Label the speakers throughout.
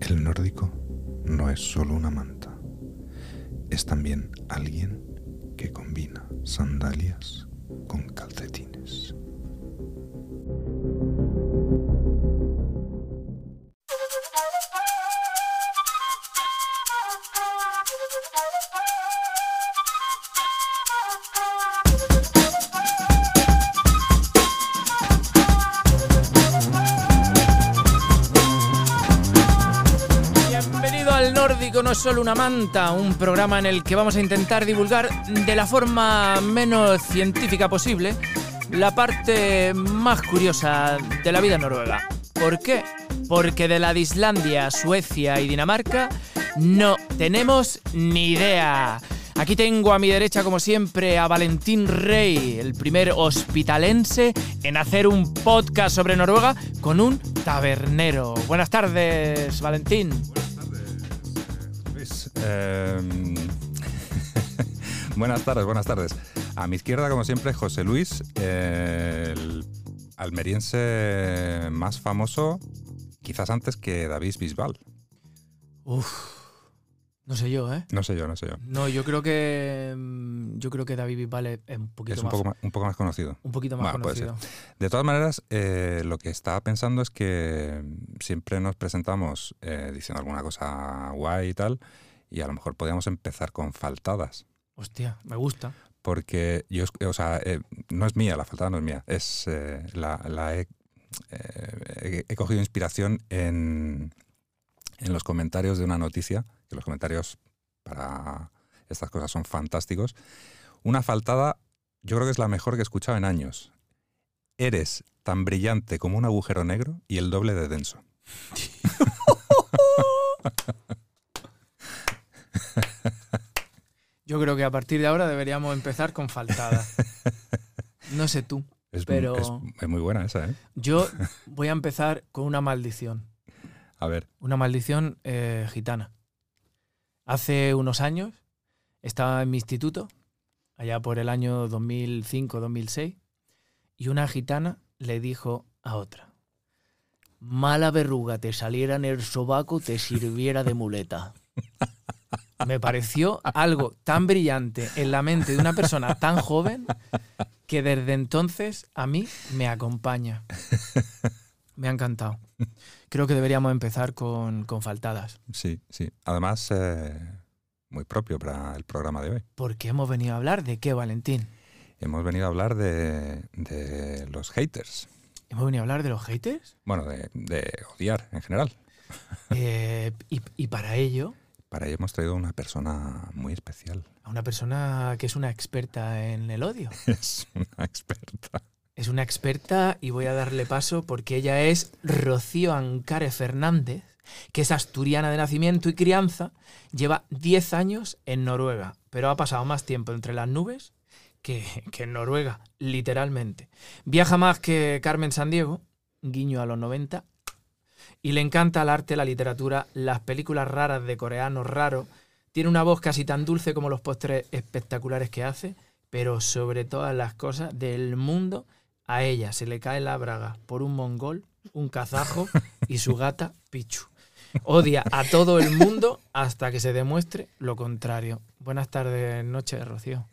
Speaker 1: El nórdico no es solo una manta, es también alguien que combina sandalias con calcetines.
Speaker 2: Bienvenido al Nórdico No es solo una manta, un programa en el que vamos a intentar divulgar de la forma menos científica posible la parte más curiosa de la vida noruega. ¿Por qué? Porque de la de Islandia, Suecia y Dinamarca no tenemos ni idea. Aquí tengo a mi derecha, como siempre, a Valentín Rey, el primer hospitalense en hacer un podcast sobre Noruega con un tabernero. Buenas tardes, Valentín.
Speaker 3: Luis, em, buenas tardes, buenas tardes. A mi izquierda, como siempre, José Luis, eh, el almeriense más famoso, quizás antes que David Bisbal.
Speaker 2: Uf, no sé yo, ¿eh?
Speaker 3: No sé yo, no sé yo.
Speaker 2: No, yo creo que mm, yo creo que David Bisbal es es un poquito
Speaker 3: Es un
Speaker 2: más
Speaker 3: poco, más, un poco más conocido.
Speaker 2: un poquito más
Speaker 3: Bueno, puede ser.
Speaker 2: conocido.
Speaker 3: De todas maneras, eh, lo que estaba pensando es que siempre nos presentamos eh, diciendo alguna cosa guay y tal, y a lo mejor podíamos empezar con faltadas.
Speaker 2: Hostia, me gusta.
Speaker 3: porque yo, es- o sea, eh, no es mía, la faltada no es mía, es eh, la, la he, eh, he- he cogido inspiración en, en los comentarios de una noticia, que los comentarios para estas cosas son fantásticos. Una faltada, yo creo que es la mejor que he escuchado en años. Eres tan brillante como un agujero negro y el doble de denso.
Speaker 2: Yo creo que a partir de ahora deberíamos empezar con faltadas. No sé tú.
Speaker 3: Es,
Speaker 2: Pero-
Speaker 3: es, es muy buena esa, ¿eh?
Speaker 2: Yo voy a empezar con una maldición.
Speaker 3: A ver,
Speaker 2: una maldición eh, gitana. Hace unos años estaba en mi instituto, allá por el año 2005-2006, y una gitana le dijo a otra, mala verruga te saliera en el sobaco, te sirviera de muleta. Me pareció algo tan brillante en la mente de una persona tan joven que desde entonces a mí me acompaña. Me ha encantado. Creo que deberíamos empezar con, con faltadas.
Speaker 3: sí, sí. Además, eh, muy propio para el programa de hoy.
Speaker 2: Porque hemos venido a hablar de qué, Valentín?
Speaker 3: Hemos venido a hablar de, de los haters.
Speaker 2: ¿Hemos venido a hablar de los haters?
Speaker 3: Bueno, de, de odiar en general.
Speaker 2: Eh, y, y para ello,
Speaker 3: Para ello hemos traído una persona muy especial.
Speaker 2: a una persona que es una experta en el odio.
Speaker 3: Es una experta.
Speaker 2: Es una experta y voy a darle paso porque ella es Rocío Ancare Fernández, que es asturiana de nacimiento y crianza, lleva 10 años en Noruega, pero ha pasado más tiempo entre las nubes que, que en Noruega, literalmente. Viaja más que Carmen Sandiego, guiño a los 90, y le encanta el arte, la literatura, las películas raras de coreanos raros. Tiene una voz casi tan dulce como los postres espectaculares que hace, pero sobre todas las cosas del mundo, a ella se le cae la braga por un mongol, un kazajo y su gata Pichu. Odia a todo el mundo hasta que se demuestre lo contrario. Buenas tardes, noches, Rocío.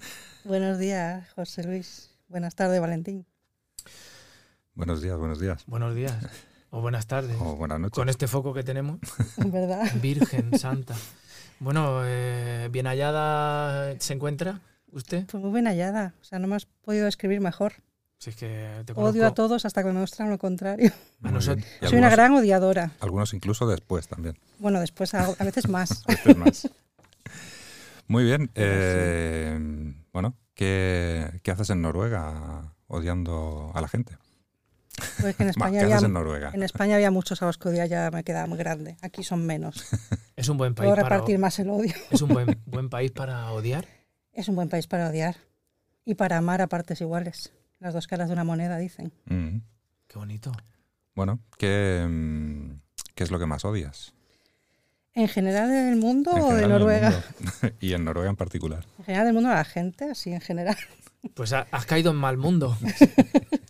Speaker 4: Buenos días, José Luis. Buenas tardes, Valentín.
Speaker 3: Buenos días, buenos días.
Speaker 2: Buenos días o buenas tardes.
Speaker 3: O buenas noches.
Speaker 2: Con este foco que tenemos,
Speaker 4: En verdad,
Speaker 2: Virgen Santa. Bueno, eh, bien hallada se encuentra usted.
Speaker 4: pues muy buena hallada. O sea, no me has podido escribir mejor.
Speaker 2: Si es que te conozco.
Speaker 4: Odio a todos hasta que me muestran lo contrario.
Speaker 3: Muy
Speaker 2: a nosot-
Speaker 3: bien. Y
Speaker 4: Soy una
Speaker 3: algunos-
Speaker 4: gran odiadora.
Speaker 3: Algunos incluso después también.
Speaker 4: Bueno, después a, a veces más.
Speaker 3: Después más. Muy bien. eh, bueno, ¿qué, qué haces en Noruega odiando a la gente?
Speaker 4: Porque en
Speaker 3: Bah,
Speaker 4: España,
Speaker 3: ¿Qué
Speaker 4: había,
Speaker 3: haces en Noruega?
Speaker 4: en España había muchos a los que odiaba, ya me quedaba muy grande. Aquí son menos.
Speaker 2: Es un buen país
Speaker 4: Puedo
Speaker 2: para
Speaker 4: repartir más el odio.
Speaker 2: es un buen, buen país para odiar.
Speaker 4: Es un buen país para odiar. Y para amar a partes iguales. Las dos caras de una moneda, dicen.
Speaker 3: Mm.
Speaker 2: Qué bonito.
Speaker 3: Bueno, ¿qué, mm, ¿qué es lo que más odias?
Speaker 4: ¿En general del mundo
Speaker 3: En
Speaker 4: o de
Speaker 3: general, en el
Speaker 4: Noruega?
Speaker 3: mundo. y en Noruega en particular.
Speaker 4: En general del mundo a la gente, así en general.
Speaker 2: Pues ha- has caído en mal mundo.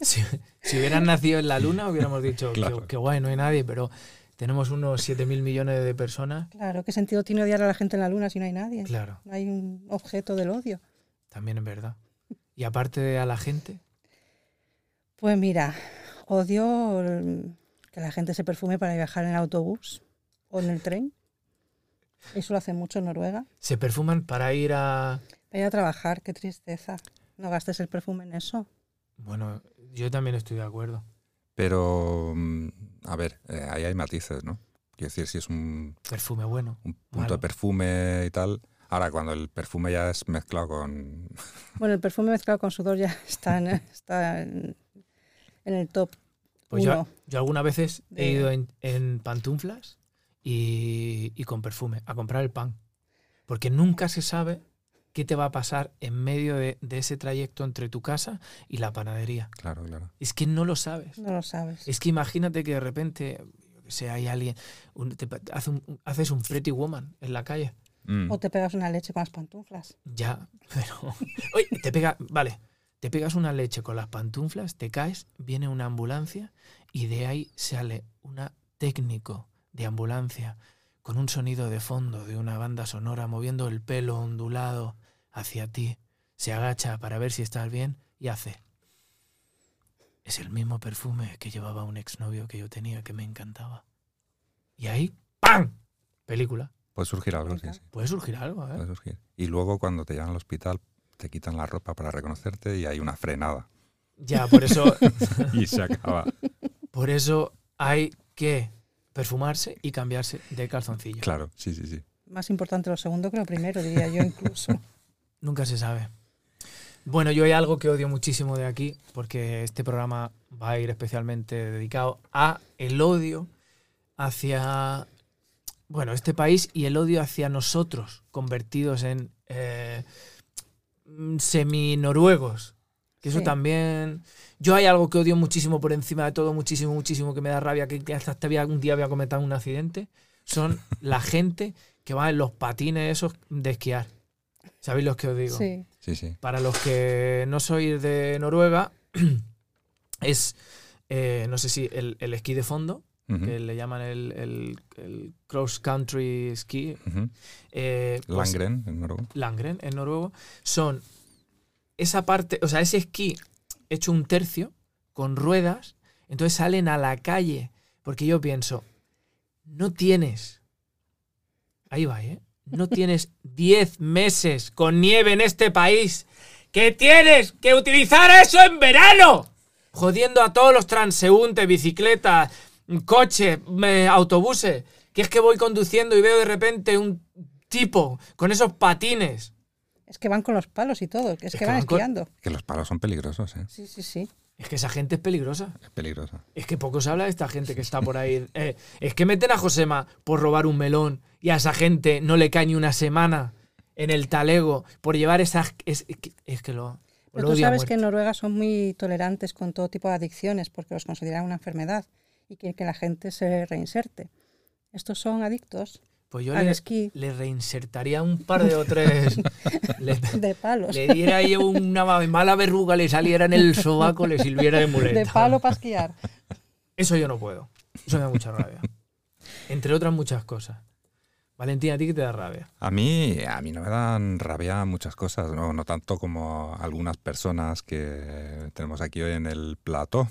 Speaker 2: si, si hubieras nacido en la luna, hubiéramos dicho
Speaker 3: Claro.
Speaker 2: que, guay, no hay nadie, pero Tenemos unos 7.000 millones de personas.
Speaker 4: Claro, ¿qué sentido tiene odiar a la gente en la luna si no hay nadie?
Speaker 2: Claro,
Speaker 4: No hay un objeto del odio.
Speaker 2: también es verdad. Y aparte de a la gente,
Speaker 4: Pues mira, odio el- que la gente se perfume para viajar en el autobús o en el tren. Eso lo hace mucho en Noruega.
Speaker 2: se perfuman para ir a...
Speaker 4: Para ir a trabajar, qué tristeza. No gastes el perfume en eso.
Speaker 2: Bueno, yo también estoy de acuerdo.
Speaker 3: Pero, mm, a ver, eh, ahí hay matices, ¿no? Quiero decir, si es un,
Speaker 2: Perfume bueno.
Speaker 3: un punto
Speaker 2: Malo.
Speaker 3: de perfume y tal. Ahora, cuando el perfume ya es mezclado con...
Speaker 4: Bueno, el perfume mezclado con sudor ya está en, está en, en el top.
Speaker 2: Pues yo,
Speaker 4: Uno.
Speaker 2: yo algunas veces he
Speaker 4: De-
Speaker 2: ido en, en pantuflas y, y con perfume a comprar el pan. Porque nunca se sabe qué te va a pasar en medio de, de ese trayecto entre tu casa y la panadería.
Speaker 3: Claro, claro.
Speaker 2: Es que no lo sabes.
Speaker 4: No lo sabes.
Speaker 2: Es que imagínate que de repente, yo que sé, hay alguien, un- te pa- hace un- haces un pretty woman en la calle.
Speaker 3: Mm.
Speaker 4: O te pegas una leche con las pantuflas.
Speaker 2: Ya, pero. Oye, te pega. Vale, te pegas una leche con las pantuflas, te caes, viene una ambulancia y de ahí sale una técnico de ambulancia con un sonido de fondo de una banda sonora moviendo el pelo ondulado hacia ti. Se agacha para ver si estás bien y hace. Es el mismo perfume que llevaba un exnovio que yo tenía que me encantaba. Y ahí, ¡pam! Película.
Speaker 3: Puede surgir algo, sí,
Speaker 4: Ajá.
Speaker 3: sí,
Speaker 2: Puede surgir algo, ¿eh?
Speaker 3: puede surgir. Y luego cuando te llevan al hospital, te quitan la ropa para reconocerte y hay una frenada.
Speaker 2: Ya, por eso
Speaker 3: y se acaba.
Speaker 2: Por eso hay que perfumarse y cambiarse de calzoncillo.
Speaker 3: Claro, sí, sí, sí.
Speaker 4: Más importante lo segundo que lo primero, diría yo incluso.
Speaker 2: Nunca se sabe. Bueno, yo hay algo que odio muchísimo de aquí, porque este programa va a ir especialmente dedicado a el odio hacia, bueno, este país y el odio hacia nosotros, convertidos en eh, mm, semi-noruegos. Que eso
Speaker 4: Sí.
Speaker 2: también... Yo hay algo que odio muchísimo por encima de todo, muchísimo, muchísimo, que me da rabia, que que hasta este día- un día había cometido un accidente, son la gente que va en los patines esos de esquiar. ¿Sabéis los que os digo?
Speaker 4: Sí.
Speaker 3: Sí, sí.
Speaker 2: Para los que no sois de Noruega, es, eh, no sé si el, el esquí de fondo,
Speaker 3: Ujú,
Speaker 2: que le llaman el, el- el cross country ski,
Speaker 3: ujú.
Speaker 2: eh, pues,
Speaker 3: Langren, en noruego.
Speaker 2: Langren, en noruego, son esa parte, o sea, ese esquí hecho un tercio con ruedas, entonces salen a la calle, porque yo pienso, no tienes, ahí va, ¿eh? No tienes 10 meses con nieve en este país, que tienes que utilizar eso en verano, jodiendo a todos los transeúntes, bicicletas, coches, eh, autobuses, que es que voy conduciendo y veo de repente un tipo con esos patines.
Speaker 4: Es que van con los palos y todo. Es, que, van,
Speaker 2: van con-
Speaker 4: esquiando.
Speaker 3: Que los palos son peligrosos, ¿eh?
Speaker 4: Sí, sí, sí.
Speaker 2: Es que esa gente es peligrosa.
Speaker 3: Es peligrosa.
Speaker 2: Es que poco se habla de esta gente que está por ahí. Eh, es que meten a Josema por robar un melón y a esa gente no le cae ni una semana en el talego por llevar esas... Es, es que- es que lo...
Speaker 4: Pero
Speaker 2: lo
Speaker 4: tú
Speaker 2: odio a
Speaker 4: sabes que en
Speaker 2: muerte.
Speaker 4: Noruega son muy tolerantes con todo tipo de adicciones porque los consideran una enfermedad y quieren que la gente se reinserte. Estos son adictos
Speaker 2: Pues yo
Speaker 4: al
Speaker 2: le,
Speaker 4: esquí
Speaker 2: le reinsertaría un par de o tres... le,
Speaker 4: de palos.
Speaker 2: le diera ahí una mala verruga, le saliera en el sobaco, le sirviera de muleta.
Speaker 4: De palo para esquiar.
Speaker 2: Eso yo no puedo. Eso me da mucha rabia. Entre otras muchas cosas. Valentina, ¿a ti qué te da rabia?
Speaker 3: A mí, a mí no me dan rabia muchas cosas, no, no tanto como algunas personas que tenemos aquí hoy en el plató,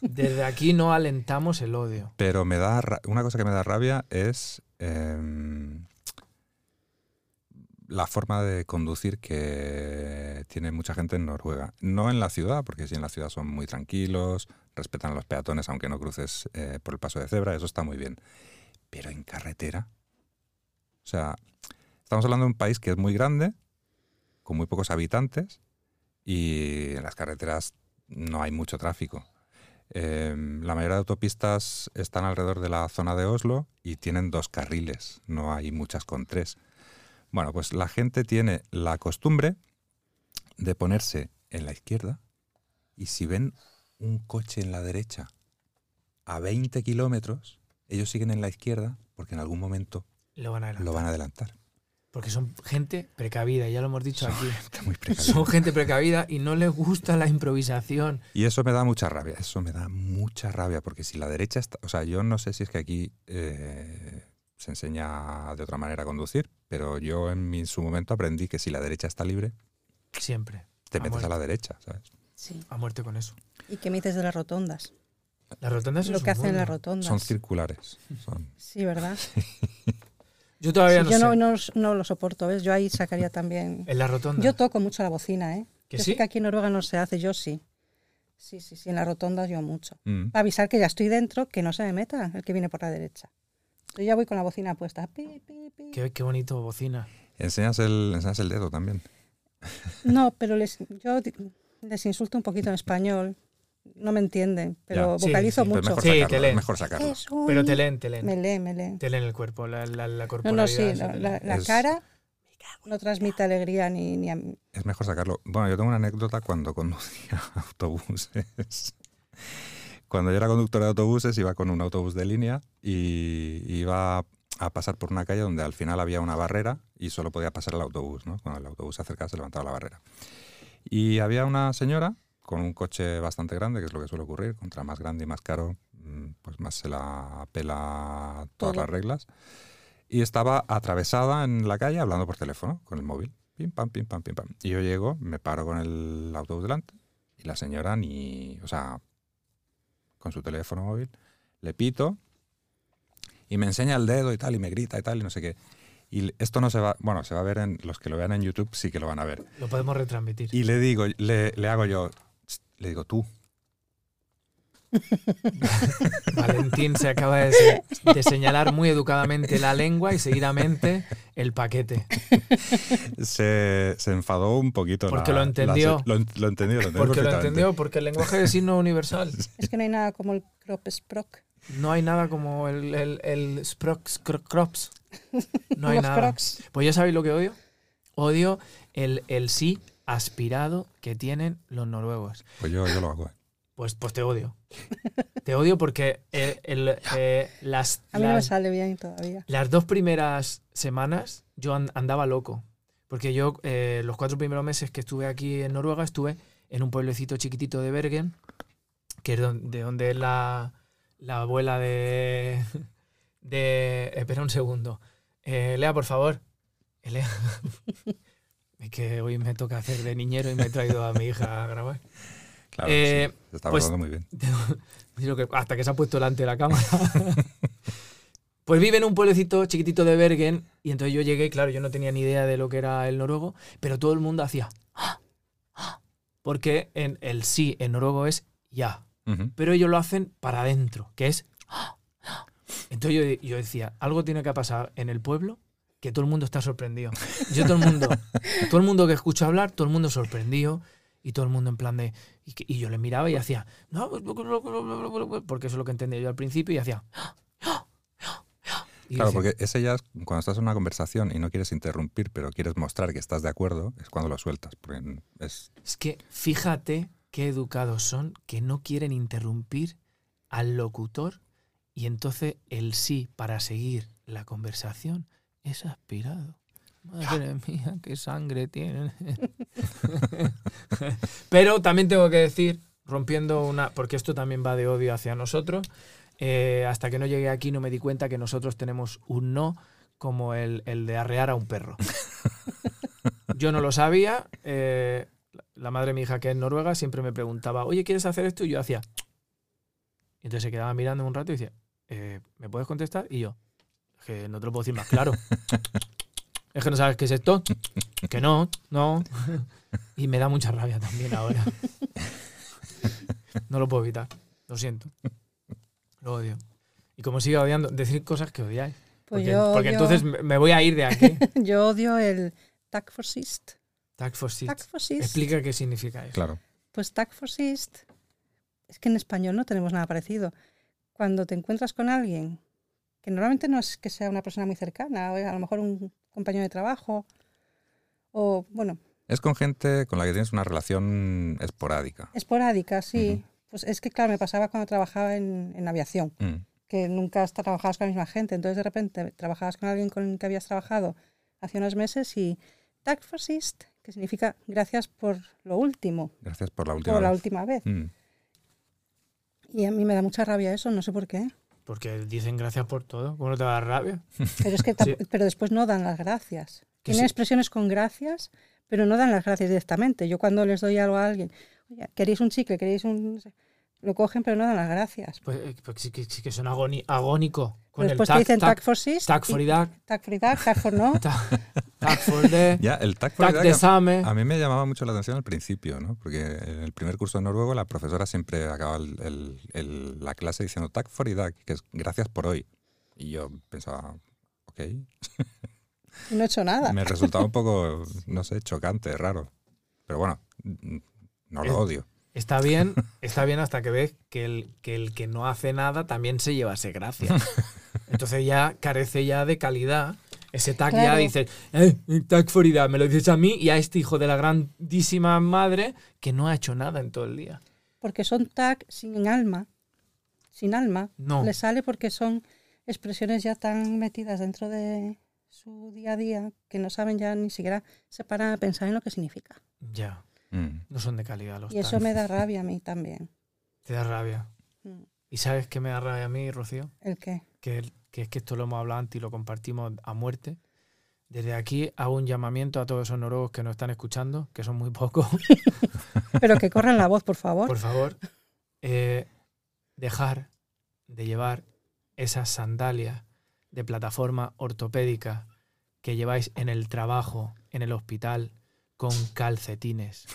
Speaker 2: Desde aquí no alentamos el odio.
Speaker 3: pero me da ra- una cosa que me da rabia es em, la forma de conducir que tiene mucha gente en Noruega. No en la ciudad, porque si en la ciudad son muy tranquilos, respetan a los peatones aunque no cruces eh, por el paso de cebra, eso está muy bien. Pero en carretera, o sea, estamos hablando de un país que es muy grande, con muy pocos habitantes, y en las carreteras no hay mucho tráfico. Eh, la mayoría de autopistas están alrededor de la zona de Oslo y tienen dos carriles, no hay muchas con tres. Bueno, pues la gente tiene la costumbre de ponerse en la izquierda y si ven un coche en la derecha a 20 kilómetros, ellos siguen en la izquierda porque en algún momento
Speaker 2: Lo van a adelantar.
Speaker 3: lo van a adelantar.
Speaker 2: Porque son gente precavida, ya lo hemos dicho
Speaker 3: Son
Speaker 2: aquí.
Speaker 3: gente muy precavida.
Speaker 2: Son gente precavida y no les gusta la improvisación.
Speaker 3: Y eso me da mucha rabia, eso me da mucha rabia, porque si la derecha está, o sea, yo no sé si es que aquí eh, se enseña de otra manera a conducir, pero yo en, mi- en su momento aprendí que si la derecha está libre,
Speaker 2: Siempre.
Speaker 3: te
Speaker 4: Ah,
Speaker 2: A
Speaker 3: metes a
Speaker 2: muerte.
Speaker 3: la derecha, ¿sabes?
Speaker 4: Sí.
Speaker 2: A muerte con eso.
Speaker 4: ¿Y qué me dices de las rotondas?
Speaker 2: Las rotondas son
Speaker 4: Lo que
Speaker 2: su
Speaker 4: hacen
Speaker 2: mundo.
Speaker 4: las rotondas.
Speaker 3: Son circulares. son-
Speaker 4: Sí, ¿verdad?
Speaker 2: Yo todavía
Speaker 4: Sí,
Speaker 2: no
Speaker 4: yo
Speaker 2: sé.
Speaker 4: no, no, los- no lo soporto, ¿ves? Yo ahí sacaría también...
Speaker 2: En la rotonda.
Speaker 4: Yo toco mucho la bocina, ¿eh?
Speaker 2: ¿Que
Speaker 4: yo
Speaker 2: sí?
Speaker 4: sé que aquí en Noruega no se hace, yo sí. Sí, sí, sí, en las rotondas yo mucho.
Speaker 3: Mm.
Speaker 4: Para avisar que ya estoy dentro, que no se me meta el que viene por la derecha. Yo ya voy con la bocina puesta. pi, pi, pi.
Speaker 2: Qué, qué bonito bocina.
Speaker 3: Enseñas, el, enseñas el dedo también.
Speaker 4: No, pero les, yo di- les insulto un poquito en español. No me entienden, pero
Speaker 3: Ya.
Speaker 2: Sí,
Speaker 4: vocalizo
Speaker 2: sí, pues
Speaker 3: Pero es
Speaker 4: mucho.
Speaker 3: mejor
Speaker 2: Sí, te
Speaker 3: sacarlo.
Speaker 2: leen.
Speaker 3: es mejor sacarlo.
Speaker 4: Es un-
Speaker 2: Pero te leen, te leen.
Speaker 4: Me lee, me lee.
Speaker 2: Te leen el cuerpo, la, la, la
Speaker 4: No,
Speaker 2: corporalidad.
Speaker 4: no, sí,
Speaker 2: se
Speaker 4: la,
Speaker 2: te
Speaker 4: la-
Speaker 2: lee.
Speaker 4: la
Speaker 3: Es-
Speaker 4: cara no transmite alegría ni, ni a mí.
Speaker 3: Es mejor sacarlo. Bueno, yo tengo una anécdota cuando conducía autobuses. Cuando yo era conductora de autobuses, iba con un autobús de línea y iba a pasar por una calle donde al final había una barrera y solo podía pasar el autobús. ¿no? Cuando el autobús se acercaba, se levantaba la barrera. Y había una señora con un coche bastante grande, que es lo que suele ocurrir. Contra más grande y más caro, mm, pues más se la pela todas
Speaker 4: Todo.
Speaker 3: las reglas. Y estaba atravesada en la calle hablando por teléfono con el móvil. Pim, pam, pim, pam, pim, pam. Y yo llego, me paro con el autobús delante y la señora ni. O sea, con su teléfono móvil, le pito y me enseña el dedo y tal, y me grita y tal, y no sé qué. Y esto no se va. Bueno, se va a ver en. Los que lo vean en YouTube sí que lo van a ver.
Speaker 2: Lo podemos retransmitir.
Speaker 3: Y le digo, le, le hago yo, "Tst", le digo tú.
Speaker 2: Valentín se acaba de, se- de señalar muy educadamente la lengua y seguidamente el paquete.
Speaker 3: Se, se enfadó un poquito. la-
Speaker 2: Porque lo
Speaker 3: la
Speaker 2: entendió.
Speaker 3: se- lo, en- lo entendió, lo entendió.
Speaker 2: Porque lo
Speaker 3: perfectamente.
Speaker 2: entendió, porque el lenguaje de signo universal.
Speaker 4: Es que no hay nada como el crop sprock.
Speaker 2: No hay nada como el, el, el sprox- cro- crops. No hay
Speaker 4: Los
Speaker 2: nada.
Speaker 4: crocs.
Speaker 2: Pues ya sabéis lo que odio. Odio el, el sí aspirado que tienen los noruegos.
Speaker 3: Pues yo, yo lo hago. eh.
Speaker 2: Pues, pues te odio. Te odio porque eh, el, eh, las,
Speaker 4: A mí no me
Speaker 2: las-
Speaker 4: sale bien todavía.
Speaker 2: Las dos primeras semanas yo an- andaba loco. Porque yo, eh, los cuatro primeros meses que estuve aquí en Noruega, estuve en un pueblecito chiquitito de Bergen, que es don- de donde es la, la abuela de. de espera un segundo. Eh, Lea, por favor. Eh, Lea. es que hoy me toca hacer de niñero y me he traído a mi hija a grabar.
Speaker 3: Claro,
Speaker 2: Eh,
Speaker 3: sí, se está
Speaker 2: pues-
Speaker 3: portando muy bien.
Speaker 2: Digo que- hasta que se ha puesto delante de la cámara. pues vive en un pueblecito chiquitito de Bergen y entonces yo llegué, claro, yo no tenía ni idea de lo que era el noruego, pero todo el mundo hacía "Ah, ah", porque en el sí en noruego es ya,
Speaker 3: Ujú.
Speaker 2: pero ellos lo hacen para adentro, que es "Ah, ah". entonces yo, yo decía, algo tiene que pasar en el pueblo que todo el mundo está sorprendido. Yo todo el mundo, todo el mundo que escucho hablar, todo el mundo sorprendido y todo el mundo en plan de y, que- y yo le miraba y hacía no pues, porque eso es lo que entendía yo al principio y hacía y
Speaker 3: Claro,
Speaker 2: decía,
Speaker 3: porque ese ya es cuando estás en una conversación y no quieres interrumpir, pero quieres mostrar que estás de acuerdo, es cuando lo sueltas. Porque es,
Speaker 2: es que fíjate qué educados son que no quieren interrumpir al locutor y entonces el sí para seguir la conversación es aspirado. Madre mía, qué sangre tienen. Pero también tengo que decir, rompiendo una, porque esto también va de odio hacia nosotros, eh, hasta que no llegué aquí no me di cuenta que nosotros tenemos un no como el, el de arrear a un perro. Yo no lo sabía. eh, la madre de mi hija, que es noruega, siempre me preguntaba, oye, ¿quieres hacer esto? Y yo hacía... Y entonces se quedaba mirando un rato y decía, "Eh, ¿me puedes contestar? Y yo, "Es que no te lo puedo decir más claro. es que no sabes qué es esto. que no, no. y me da mucha rabia también ahora. no lo puedo evitar. Lo siento. Lo odio. Y como siga odiando, decir cosas que odiáis.
Speaker 4: Pues
Speaker 2: porque
Speaker 4: yo,
Speaker 2: porque
Speaker 4: odio,
Speaker 2: entonces me me voy a ir de aquí.
Speaker 4: yo odio el tac for sist.
Speaker 2: Tack for seats.
Speaker 4: Tac for sist.
Speaker 2: Explica qué significa eso.
Speaker 3: claro.
Speaker 4: Pues tag forcist es que en español no tenemos nada parecido. Cuando te encuentras con alguien, que normalmente no es que sea una persona muy cercana, o a lo mejor un compañero de trabajo, o bueno,
Speaker 3: Es con gente con la que tienes una relación esporádica.
Speaker 4: esporádica, sí.
Speaker 3: Ujú.
Speaker 4: Pues es que, claro, me pasaba cuando trabajaba en, en aviación,
Speaker 3: Mm.
Speaker 4: que nunca has trabajabas con la misma gente. Entonces, de repente, trabajabas con alguien con el que habías trabajado hace unos meses y Tag for Sist, que significa gracias por lo último,
Speaker 3: Gracias por la última.
Speaker 4: por la
Speaker 3: vez.
Speaker 4: última vez.
Speaker 3: Mm.
Speaker 4: Y a mí me da mucha rabia eso, no sé por qué.
Speaker 2: Porque dicen gracias por todo. ¿Cómo no te va a dar rabia?
Speaker 4: Pero es que
Speaker 2: Sí.
Speaker 4: tamp- pero después no dan las gracias.
Speaker 2: Que
Speaker 4: Tienen
Speaker 2: sí.
Speaker 4: expresiones con gracias, pero no dan las gracias directamente. Yo cuando les doy algo a alguien, "Oye, queréis un chicle, queréis un no sé", lo cogen pero no dan las gracias.
Speaker 2: Pues, eh, pues sí, que, sí que son agoni- agónico. Con
Speaker 4: Pero después
Speaker 2: el
Speaker 4: te Pues dicen
Speaker 2: tac,
Speaker 4: tag for sist,
Speaker 2: tac for
Speaker 4: y-
Speaker 2: idac,
Speaker 4: tag for idac, tag for no.
Speaker 2: tac, tac for de,
Speaker 3: Ya, el TAC por Ah.
Speaker 2: tac
Speaker 3: edad
Speaker 2: de
Speaker 3: que
Speaker 2: same.
Speaker 3: a mí me llamaba mucho la atención al principio, ¿no? Porque en el primer curso de noruego la profesora siempre acababa el- el- el- la clase diciendo TAC for idag, que es gracias por hoy. Y yo pensaba, ok,
Speaker 4: Y no he hecho nada.
Speaker 3: me resultaba un poco, no sé, chocante, raro. Pero bueno, mm, no
Speaker 2: Es-
Speaker 3: lo odio.
Speaker 2: Está bien, está bien hasta que ves que el, que el que no hace nada también se lleva ese gracias. Entonces ya carece ya de calidad. Ese tag ya
Speaker 4: Claro.
Speaker 2: dices, eh, tag for idac, me lo dices a mí y a este hijo de la grandísima madre que no ha hecho nada en todo el día.
Speaker 4: Porque son tag sin alma. Sin alma.
Speaker 2: No.
Speaker 4: Les sale porque son expresiones ya tan metidas dentro de su día a día que no saben ya ni siquiera se paran a pensar en lo que significa.
Speaker 2: Ya,
Speaker 3: Mm.
Speaker 2: no son de calidad los
Speaker 4: Y eso
Speaker 2: tags.
Speaker 4: me da rabia a mí también.
Speaker 2: Te da rabia.
Speaker 4: Mm.
Speaker 2: ¿Y sabes qué me da rabia a mí, Rocío?
Speaker 4: ¿El qué?
Speaker 2: que, el- que es que esto lo hemos hablado antes y lo compartimos a muerte. Desde aquí hago un llamamiento a todos esos noruegos que nos están escuchando, que son muy pocos,
Speaker 4: Pero que corran la voz, por favor.
Speaker 2: por favor, eh, dejar de llevar esas sandalias de plataforma ortopédica que lleváis en el trabajo, en el hospital, con calcetines.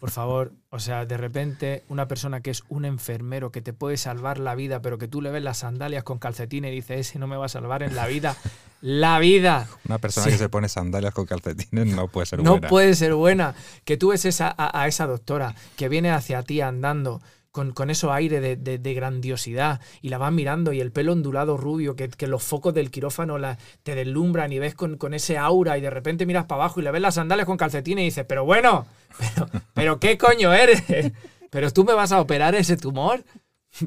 Speaker 2: Por favor, o sea, de repente una persona que es un enfermero que te puede salvar la vida, pero que tú le ves las sandalias con calcetines y dices, ese no me va a salvar en la vida. ¡La vida!
Speaker 3: Una persona
Speaker 2: Sí.
Speaker 3: que se pone sandalias con calcetines no puede ser
Speaker 2: no
Speaker 3: buena.
Speaker 2: puede ser buena. Que tú ves esa, a, a esa doctora que viene hacia ti andando con, con eso aire de, de- de grandiosidad y la vas mirando y el pelo ondulado rubio, que, que los focos del quirófano la- te deslumbran y ves con, con ese aura y de repente miras para abajo y le ves las sandalias con calcetines y dices, pero bueno, pero, pero ¿qué coño eres? ¿Pero tú me vas a operar ese tumor?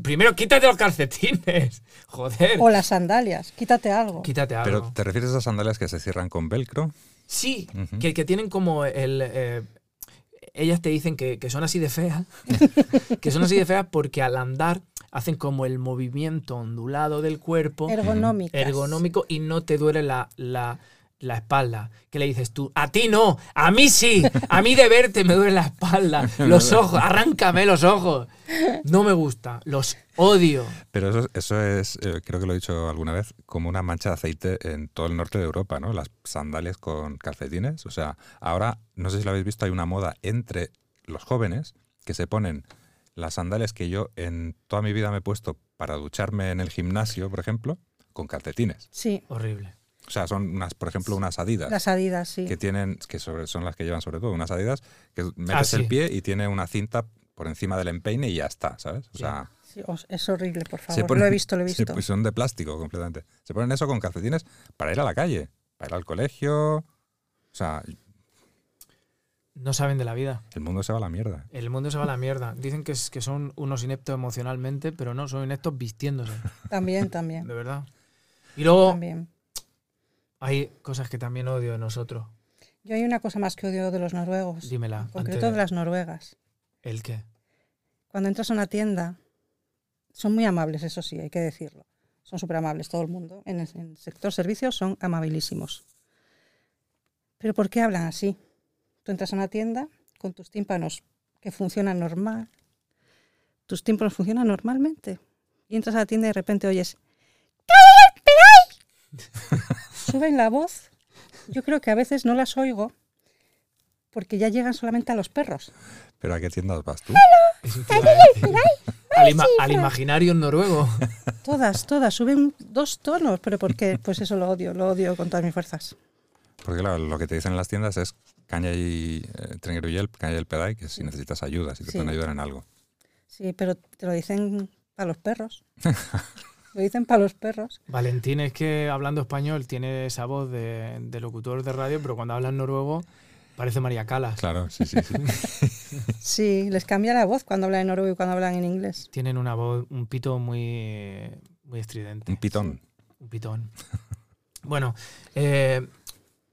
Speaker 2: Primero quítate los calcetines. Joder.
Speaker 4: O las sandalias, quítate algo.
Speaker 2: Quítate algo.
Speaker 3: Pero ¿te refieres a esas sandalias que se cierran con velcro?
Speaker 2: Sí,
Speaker 3: Ujú.
Speaker 2: que, que tienen como el... eh, ellas te dicen que, que son así de feas, que son así de feas porque al andar hacen como el movimiento ondulado del cuerpo,
Speaker 4: Ergonómicas.
Speaker 2: ergonómico, y no te duele la, la, la espalda. Que le dices tú, a ti no, a mí sí, a mí de verte me duele la espalda, los ojos, arráncame los ojos. No me gusta, los odio.
Speaker 3: Pero eso, eso es, eh, creo que lo he dicho alguna vez, como una mancha de aceite en todo el norte de Europa, ¿no? Las sandalias con calcetines. O sea, ahora, no sé si lo habéis visto, hay una moda entre los jóvenes que se ponen las sandalias que yo en toda mi vida me he puesto para ducharme en el gimnasio, por ejemplo, con calcetines.
Speaker 4: Sí,
Speaker 2: Horrible.
Speaker 3: O sea, son unas, por ejemplo, unas adidas.
Speaker 4: las adidas, sí.
Speaker 3: que tienen, que sobre, son las que llevan sobre todo unas adidas, que metes
Speaker 2: sí.
Speaker 3: el pie y tiene una cinta por encima del empeine y ya está, ¿sabes? O
Speaker 2: Sí.
Speaker 3: sea,
Speaker 4: Sí, os- es horrible, por
Speaker 3: se
Speaker 4: favor.
Speaker 3: ponen-
Speaker 4: Lo he visto, lo he
Speaker 3: se-
Speaker 4: visto.
Speaker 3: pues son de plástico completamente. Se ponen eso con calcetines para ir a la calle, para ir al colegio. O sea,
Speaker 2: No saben de la vida.
Speaker 3: el mundo se va a la mierda.
Speaker 2: El mundo se va a la mierda. Dicen que, es- que son unos ineptos emocionalmente, pero no, son ineptos vistiéndose,
Speaker 4: También, también.
Speaker 2: de verdad. Y luego
Speaker 4: también.
Speaker 2: hay cosas que también odio de nosotros.
Speaker 4: Yo hay una cosa más que odio de los noruegos,
Speaker 2: Dímela.
Speaker 4: en concreto
Speaker 2: antes
Speaker 4: de
Speaker 2: de-
Speaker 4: las noruegas.
Speaker 2: ¿El qué?
Speaker 4: Cuando entras a una tienda, son muy amables, eso sí, hay que decirlo. Son súper amables todo el mundo. En el, en el sector servicios son amabilísimos. Pero ¿por qué hablan así? Tú entras a una tienda con tus tímpanos que funcionan normal. Tus tímpanos funcionan normalmente. Y entras a la tienda y de repente oyes... Suben la voz. Yo creo que a veces no las oigo porque ya llegan solamente a los perros.
Speaker 3: Pero ¿a qué tiendas vas tú?
Speaker 2: Eso te iba a decir. Al, ima- al imaginario noruego.
Speaker 4: Todas, todas, suben dos tonos, pero ¿por qué? Pues eso lo odio, lo odio con todas mis fuerzas.
Speaker 3: Porque claro, lo que te dicen en las tiendas es caña y eh, trenguero y el, caña y el pedal, que si necesitas ayuda, si te
Speaker 4: Sí.
Speaker 3: pueden ayudar en algo.
Speaker 4: Sí, pero te lo dicen para los perros. Lo dicen para los perros.
Speaker 2: Valentín es que hablando español tiene esa voz de, de locutor de radio, pero cuando habla en noruego parece María Calas.
Speaker 3: Claro, sí, sí, sí.
Speaker 4: Sí, les cambia la voz cuando hablan en noruego y cuando hablan en inglés.
Speaker 2: Tienen una voz, un pito muy, muy estridente.
Speaker 3: Un pitón.
Speaker 2: Un pitón. Bueno, eh,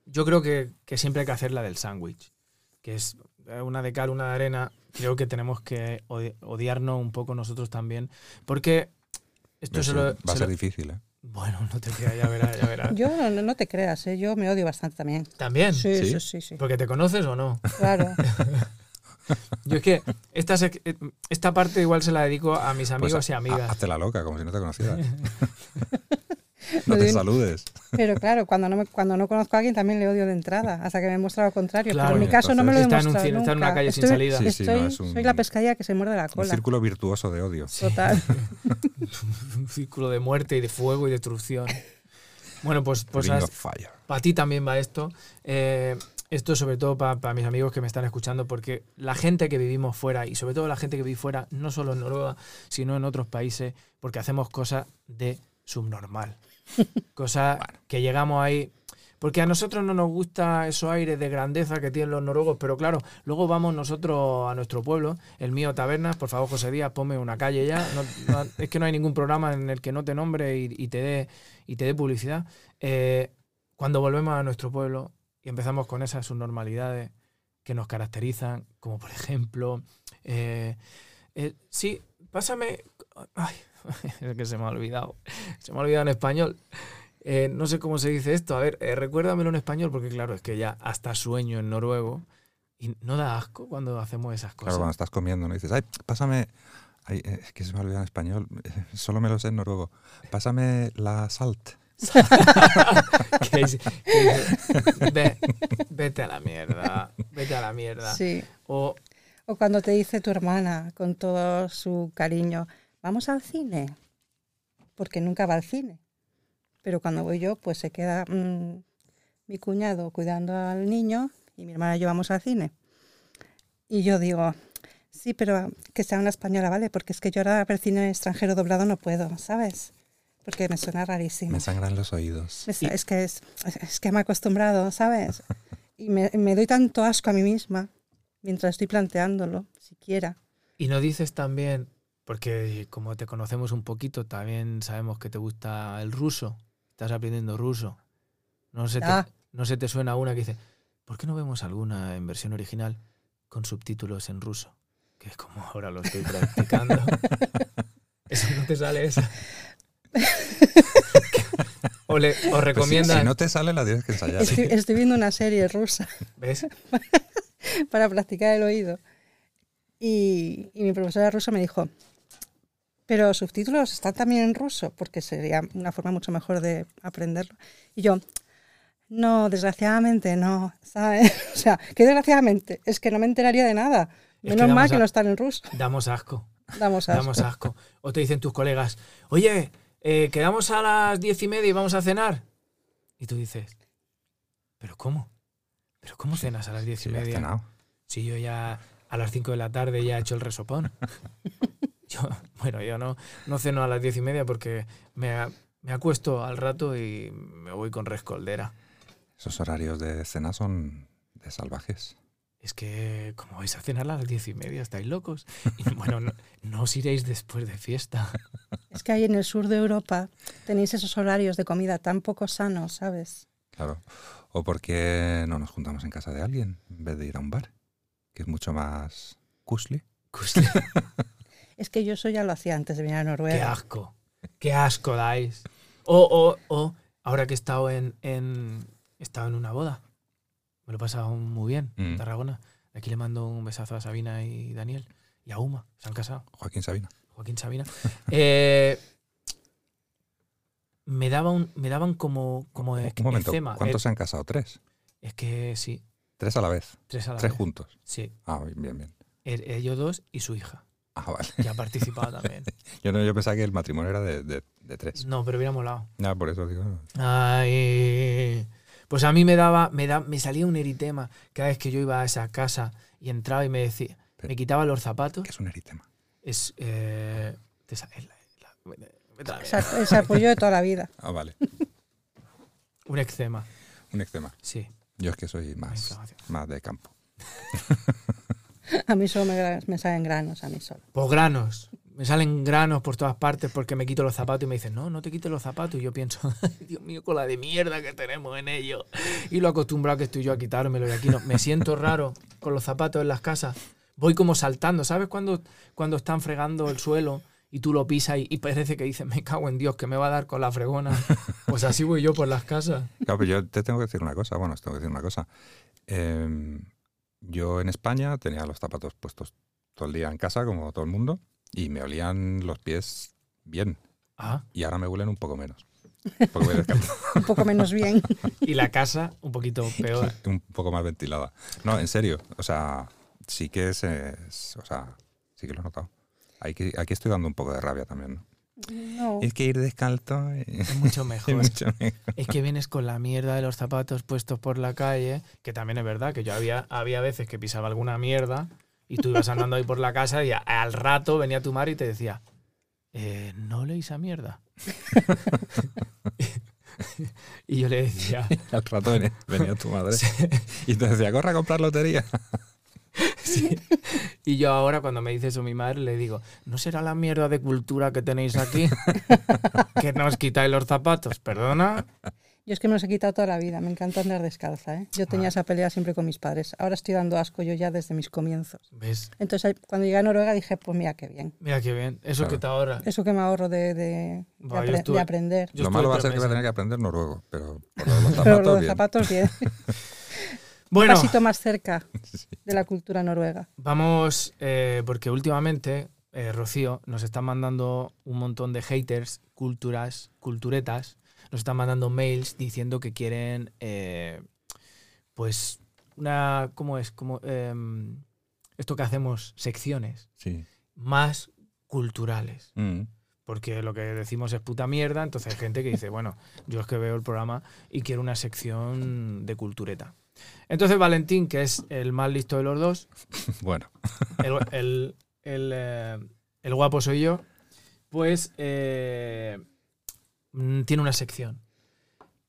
Speaker 2: Yo creo que, que siempre hay que hacer la del sándwich, que es eh, una de cal, una de arena. Creo que tenemos que odi- odiarnos un poco nosotros también, porque esto se
Speaker 3: Eso
Speaker 2: lo,
Speaker 3: va a
Speaker 2: se
Speaker 3: ser
Speaker 2: lo-
Speaker 3: difícil, ¿eh?
Speaker 2: Bueno, no te creas, ya verás, ya verás.
Speaker 4: Yo no, no te creas, ¿eh? yo me odio bastante también.
Speaker 2: También,
Speaker 4: Sí,
Speaker 3: ¿Sí?
Speaker 4: sí, sí, sí.
Speaker 2: porque te conoces o no.
Speaker 4: Claro.
Speaker 2: Yo es que esta, sec- eh, esta parte igual se la dedico a mis
Speaker 3: Pues
Speaker 2: amigos y
Speaker 3: ha-
Speaker 2: amigas.
Speaker 3: Hazte la loca, como si no te conociera. no
Speaker 4: Muy
Speaker 3: te
Speaker 4: bien.
Speaker 3: saludes.
Speaker 4: Pero claro, cuando no, me- cuando no conozco a alguien también le odio de entrada, hasta que me he mostrado lo contrario.
Speaker 2: Claro,
Speaker 4: Pero en mi caso no me lo he
Speaker 2: está en, un
Speaker 4: mostrado
Speaker 2: cine, está en
Speaker 4: nunca.
Speaker 2: una calle sin
Speaker 4: Estoy-
Speaker 2: salida.
Speaker 3: Sí, sí, no,
Speaker 4: estoy-
Speaker 3: es un-
Speaker 4: Soy la pescadilla que se muerde la
Speaker 3: Un
Speaker 4: cola.
Speaker 3: círculo virtuoso de odio.
Speaker 4: Total.
Speaker 2: un círculo de muerte y de fuego y destrucción. Bueno, pues, pues
Speaker 3: Ring
Speaker 2: has-
Speaker 3: of fire.
Speaker 2: Para ti también va esto. Eh, esto sobre todo para mis amigos que me están escuchando, porque la gente que vivimos fuera, y sobre todo la gente que vive fuera, no solo en Noruega, sino en otros países, porque hacemos cosas de subnormal. Cosas que llegamos ahí. Porque a nosotros no nos gusta esos aires de grandeza que tienen los noruegos, pero claro, luego vamos nosotros a nuestro pueblo, el mío Tabernas, por favor José Díaz, ponme una calle ya. No- no- es que no hay ningún programa en el que no te nombre y, y te dé y te dé publicidad. Eh, cuando volvemos a nuestro pueblo y empezamos con esas subnormalidades que nos caracterizan, como por ejemplo, eh, eh, sí, pásame, ay, es que se me ha olvidado, se me ha olvidado en español. Eh, no sé cómo se dice esto, a ver, eh, recuérdamelo en español, porque claro, es que ya hasta sueño en noruego y no da asco cuando hacemos esas
Speaker 3: Claro,
Speaker 2: cosas.
Speaker 3: cuando estás comiendo, ¿no? Dices, ay, pásame. Ay, eh, es que se me ha olvidado en español. Solo me lo sé en noruego. Pásame la salt.
Speaker 2: Que dice- que dice, "Ve- vete a la mierda, vete a la mierda.
Speaker 4: Sí.
Speaker 2: O
Speaker 4: O cuando te dice tu hermana con todo su cariño, vamos al cine, porque nunca va al cine. Pero cuando voy yo, pues se queda mm, mi cuñado cuidando al niño y mi hermana y yo vamos al cine. Y yo digo, sí, pero que sea una española, ¿vale? Porque es que yo ahora ver cine extranjero doblado no puedo, ¿sabes? Porque me suena rarísimo.
Speaker 3: Me sangran los oídos.
Speaker 4: Me sa- Es que, es, es que me he acostumbrado, ¿sabes? Y me, me doy tanto asco a mí misma mientras estoy planteándolo, siquiera.
Speaker 2: Y no dices también, porque como te conocemos un poquito, también sabemos que te gusta el ruso, estás aprendiendo ruso. No se,
Speaker 4: Ah.
Speaker 2: te, no se te suena una que dice, ¿por qué no vemos alguna en versión original con subtítulos en ruso? Que es como ahora lo estoy practicando. eso no te sale esa. o, le, o
Speaker 3: Pues sí,
Speaker 2: recomiendan,
Speaker 3: si no te sale, la tienes que ensayar.
Speaker 4: Estoy, estoy viendo una serie rusa
Speaker 2: ¿ves?
Speaker 4: para practicar el oído. Y, y mi profesora rusa me dijo, pero subtítulos están también en ruso, porque sería una forma mucho mejor de aprenderlo. Y yo, no, desgraciadamente no, ¿sabes? O sea, que desgraciadamente, es que no me enteraría de nada.
Speaker 2: que
Speaker 4: Menos mal
Speaker 2: vamos
Speaker 4: que
Speaker 2: a-
Speaker 4: no están en ruso.
Speaker 2: Damos asco.
Speaker 4: Damos asco.
Speaker 2: damos asco. O te dicen tus colegas, oye, eh, quedamos a las diez y media y vamos a cenar. Y tú dices, ¿pero cómo? ¿Pero cómo cenas a las diez
Speaker 3: Sí,
Speaker 2: y
Speaker 3: has
Speaker 2: media?
Speaker 3: cenado.
Speaker 2: Si yo ya a las 5 de la tarde ya he hecho el resopón. Yo, bueno, yo no, no ceno a las diez y media porque me, a- me acuesto al rato y me voy con rescoldera.
Speaker 3: Esos horarios de cena son de salvajes.
Speaker 2: Es que, ¿cómo vais a cenar a las diez y media? ¿Estáis locos? Y bueno, no- no os iréis después de fiesta.
Speaker 4: Es que ahí en el sur de Europa tenéis esos horarios de comida tan poco sanos, ¿sabes?
Speaker 3: Claro. O porque no nos juntamos en casa de alguien en vez de ir a un bar, que es mucho más cusly.
Speaker 4: Es que yo eso ya lo hacía antes de venir a
Speaker 2: Qué
Speaker 4: Noruega.
Speaker 2: asco. Qué asco dais. O, o, o, ahora que he estado en, en, he estado en una boda. Me lo he pasado muy bien en
Speaker 3: Mm.
Speaker 2: Tarragona. De Aquí le mando un besazo a Sabina y Daniel. Y a Uma. Se han casado.
Speaker 3: Joaquín Sabina.
Speaker 2: Joaquín Sabina. Eh, me, daba un, me daban como, como
Speaker 3: Un
Speaker 2: e-
Speaker 3: momento,
Speaker 2: eczema. Eh,
Speaker 3: ¿cuántos se han casado? ¿Tres?
Speaker 2: es que sí,
Speaker 3: ¿Tres a la vez?
Speaker 2: tres a la
Speaker 3: ¿Tres
Speaker 2: vez.
Speaker 3: juntos?
Speaker 2: Sí,
Speaker 3: Ah, bien, bien.
Speaker 2: el- ellos dos y su hija,
Speaker 3: Ah, vale.
Speaker 2: que ha participado también.
Speaker 3: Yo, no, yo pensaba que el matrimonio era de, de- de tres.
Speaker 2: No, pero hubiera molado.
Speaker 3: Ah, por eso digo.
Speaker 2: Ay, pues a mí me daba, me da, me salía un eritema cada vez que yo iba a esa casa y entraba y me decía,
Speaker 3: Pero-
Speaker 2: me quitaba los zapatos.
Speaker 3: que es un eritema?
Speaker 2: Es, eh, te sa- es la- es la- vete- vete a la
Speaker 4: O
Speaker 2: mierda.
Speaker 4: sea, ese apoyo de toda la vida.
Speaker 3: Ah, vale.
Speaker 2: un eczema,
Speaker 3: Un eczema.
Speaker 2: sí,
Speaker 3: Yo es que soy
Speaker 2: una
Speaker 3: más,
Speaker 2: inflamación.
Speaker 3: más de campo.
Speaker 4: A mí solo me, gra- me salen granos, a mí solo.
Speaker 2: Pues granos. Me salen granos por todas partes porque me quito los zapatos y me dicen, no, no te quites los zapatos. Y yo pienso, "Ay, Dios mío, con la de mierda que tenemos en ellos. Y lo acostumbrado que estoy yo a quitármelo. Y aquí no, me siento raro con los zapatos en las casas. Voy como saltando. ¿Sabes cuando, cuando están fregando el suelo y tú lo pisas y, y parece que dices, me cago en Dios, que me va a dar con la fregona? Pues así voy yo por las casas.
Speaker 3: Claro, pero yo te tengo que decir una cosa, bueno, os tengo que decir una cosa. Eh, yo en España tenía los zapatos puestos todo el día en casa, como todo el mundo, y me olían los pies bien.
Speaker 2: Ah,
Speaker 3: Y ahora me huelen un poco menos. Porque voy descalzo,
Speaker 4: un poco menos bien.
Speaker 2: y la casa un poquito peor.
Speaker 3: un poco más ventilada. No, en serio. O sea, sí que es, es- o sea, sí que lo he notado. Hay que- Aquí, estoy dando un poco de rabia también, ¿no?
Speaker 4: No,
Speaker 3: Es que ir descalzo es
Speaker 2: Es mucho mejor.
Speaker 3: mucho mejor.
Speaker 2: Es que vienes con la mierda de los zapatos puestos por la calle, que también es verdad que yo había, había veces que pisaba alguna mierda y tú ibas andando ahí por la casa y a- al rato venía tu madre y te decía, "Eh, no leís a mierda. y yo le decía,
Speaker 3: Al rato venía, venía tu madre y te decía, corre a comprar lotería.
Speaker 2: y yo ahora cuando me dice eso mi madre le digo, ¿no será la mierda de cultura que tenéis aquí? que nos quitáis los zapatos, perdona.
Speaker 4: yo es que me los he quitado toda la vida, me encanta andar descalza. ¿eh? Yo tenía esa pelea siempre con mis padres, ahora estoy dando asco yo ya desde mis comienzos.
Speaker 2: ¿Ves?
Speaker 4: Entonces ahí- cuando llegué a Noruega dije, pues mira qué bien,
Speaker 2: Mira qué bien, eso
Speaker 3: Claro.
Speaker 2: que te ahorra.
Speaker 4: eso que me ahorro de, de- de
Speaker 2: Buah, yo
Speaker 4: apre- de
Speaker 2: estuve-
Speaker 4: aprender.
Speaker 2: Yo
Speaker 3: lo
Speaker 2: estuve
Speaker 3: malo va a
Speaker 2: tres
Speaker 3: ser que voy a
Speaker 2: meses.
Speaker 3: tener que aprender noruego, pero por lo de los
Speaker 4: Pero lo
Speaker 3: zapatos,
Speaker 4: de
Speaker 3: bien.
Speaker 4: zapatos bien, un
Speaker 2: Bueno,
Speaker 4: pasito más cerca de la cultura noruega.
Speaker 2: Vamos, eh, porque últimamente, eh, Rocío, nos están mandando un montón de haters, culturas, culturetas, nos están mandando mails diciendo que quieren, eh, pues, una, ¿cómo es? Como, em, esto que hacemos, secciones
Speaker 3: Sí.
Speaker 2: más culturales
Speaker 3: Mm.
Speaker 2: porque lo que decimos es puta mierda, entonces hay gente que dice, bueno, yo es que veo el programa y quiero una sección de cultureta. Entonces Valentín, que es el más listo de los dos,
Speaker 3: Bueno,
Speaker 2: el, el- el, eh, el guapo soy yo, pues eh, mm, tiene una sección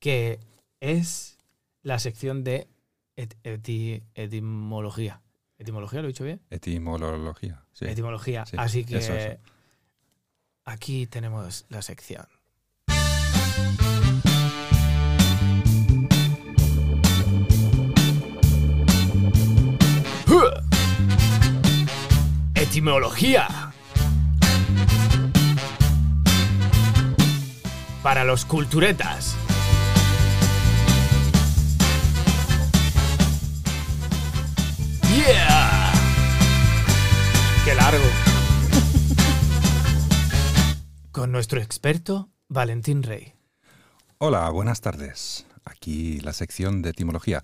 Speaker 2: que es la sección de et- eti- etimología. ¿Etimología lo he dicho bien?
Speaker 3: etimología. Sí.
Speaker 2: etimología.
Speaker 3: sí,
Speaker 2: Así que
Speaker 3: eso, eso.
Speaker 2: aquí tenemos la sección. Etimología. Para los culturetas. Yeah. ¡Qué largo! Con nuestro experto, Valentín Rey.
Speaker 3: Hola, buenas tardes. Aquí la sección de etimología.